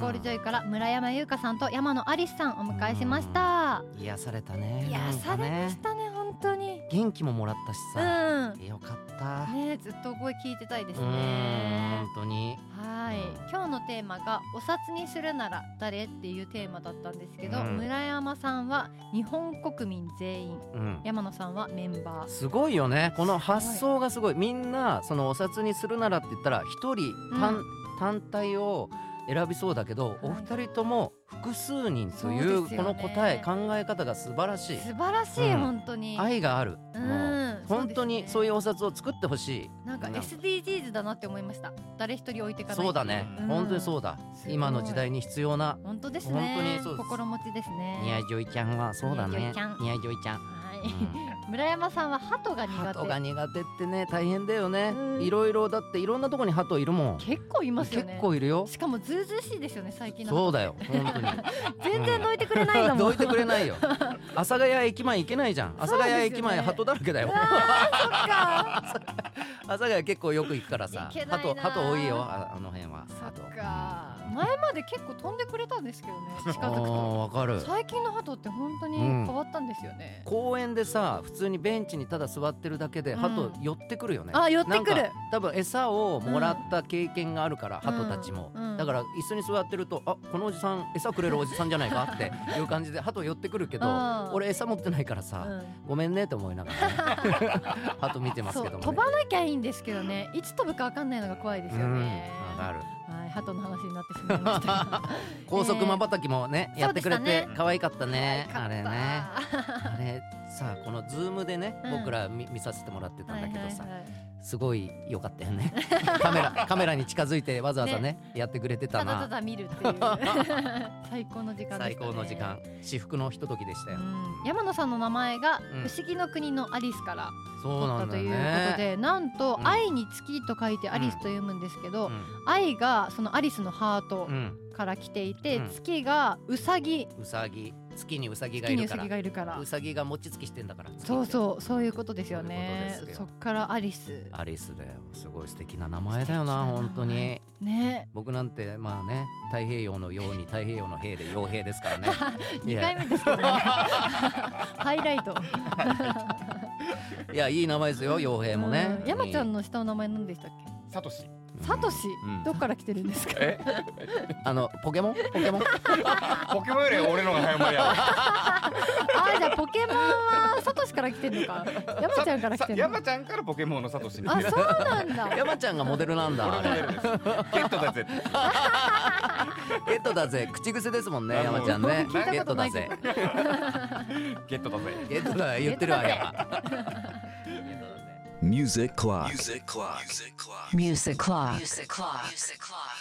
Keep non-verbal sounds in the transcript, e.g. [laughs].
氷ジョイから村山優香さんと山野アリスさんお迎えしました癒されたね癒されましなんかねたね本当に元気ももらったしうさ、んよかった、ねずっと声聞いてたいですうんね本当にはい今日のテーマが「お札にするなら誰?」っていうテーマだったんですけど、うん村山さんは日本国民全員うん山野さんはメンバーすごいよねこの発想がすごいみんなそのお札にするならって言ったら一人単,、う単体を選びそうだけど、お二人とも複数人といそううですよこねの答え考え方が素晴らしい素晴らしい、うん本当に、愛がある、うもうん本当にそういいうお札を作ってほしい、うなんかうん SDGs だなって思いました誰一人置いてかないそうだね、うん本当にそうだすごい今の時代に必要な本当ですね本当にそうです心持ちですねニヤジョイちゃんはそうだねニヤジョイちゃんニヤジョイちゃんはい、 [laughs] 村山さんは鳩が苦鳩手が苦手ってね大変だよねうんいろいろだっていろんなとこに鳩いるもん結構いますよね結構いるよしかもズうずうしいですよね最近の鳩そうだよ本当に全然どいてくれないんだもん、 [laughs] どいてくれないよ [laughs] 阿佐ヶ谷駅前行けないじゃん阿佐ヶ谷そう駅前ですよね鳩だらけだよ阿 [laughs] あ佐ヶ谷結構よく行くからさ行けないな鳩鳩多いよああの辺はーそっか鳩そっか前まで結構飛んでくれたんですけどね近づくとあーわかる最近の鳩って本当に変わったんですよね、公園でさ普通にベンチにただ座ってるだけでうん鳩寄ってくるよね、あ寄ってくるなんか多分餌をもらった経験があるから、うん鳩たちも、うんだから椅子に座ってるとあこのおじさん餌くれるおじさんじ [laughs] ゃないかっていう感じで鳩寄ってくるけどうん俺餌持ってないからさ、うんごめんねって思いながら、 [laughs] ね、鳩見てますそけうども、ね、飛ばなきゃいいんですけどねいつ飛ぶかわかんないのが怖いですよね、うん、わかるはい鳩の話になってしまいましたが高速まばたきもね、えーやってくれそうでしてたね可愛かっ [laughs] た [laughs] ね可あれ愛ねかあったれさこのズームでね、うん僕ら見見させてもらってたんだけどさ、はいはいはいすごい良かったよねカメラカメラに近づいてわざわざねやってくれてたたなだただ見るって [laughs] いう最高の時間でしたね最高の時間至福のひとときでしたうよ、ん山野さんの名前が「うん不思議の国のアリス」からそう取なったんとだよいうことねでなんとう「ん愛に月」と書いて「アリス」と読むんですけど愛がそのアリスのハートうん、うんから来ていてうん月がウサギうさぎ月にうさぎが月いにるウかサギがらいるからうさぎが餅つきしてんだからそううそうそういうことですよねそういうことですそよっからアリスアリスだよすごい素敵な名前だよ素敵な名な前本当にね僕なんてまあね太平洋のように太平洋の兵で傭兵で [laughs] すからねい2回や目ですけ [laughs] どねハイライトいやいい名前ですよ傭兵もねうん山ちゃんのの下の名前何でしたっけサトシ。サトシ、うんどっから来てるんですか。え、あのポケモンポケモン [laughs] ポケモンより俺のが早まりやああ、じゃあポケモンはサトシから来てるのか。山ちゃんからろ。来さてるの山。ちゃんからポケモンのサトシに。あ、そうなんだ。山ちゃんがモデルなんだ俺あもれ [laughs] やるんです。ゲットだぜって。ゲットだぜ口癖ですもんねあ山ちゃんね聞いたことゲットだぜゲットだぜ。ゲットだ言ってるわ [laughs] ゲッ山 [laughs] Music Clock. Music clock. Music clock. Music clock. Music clock. Music clock.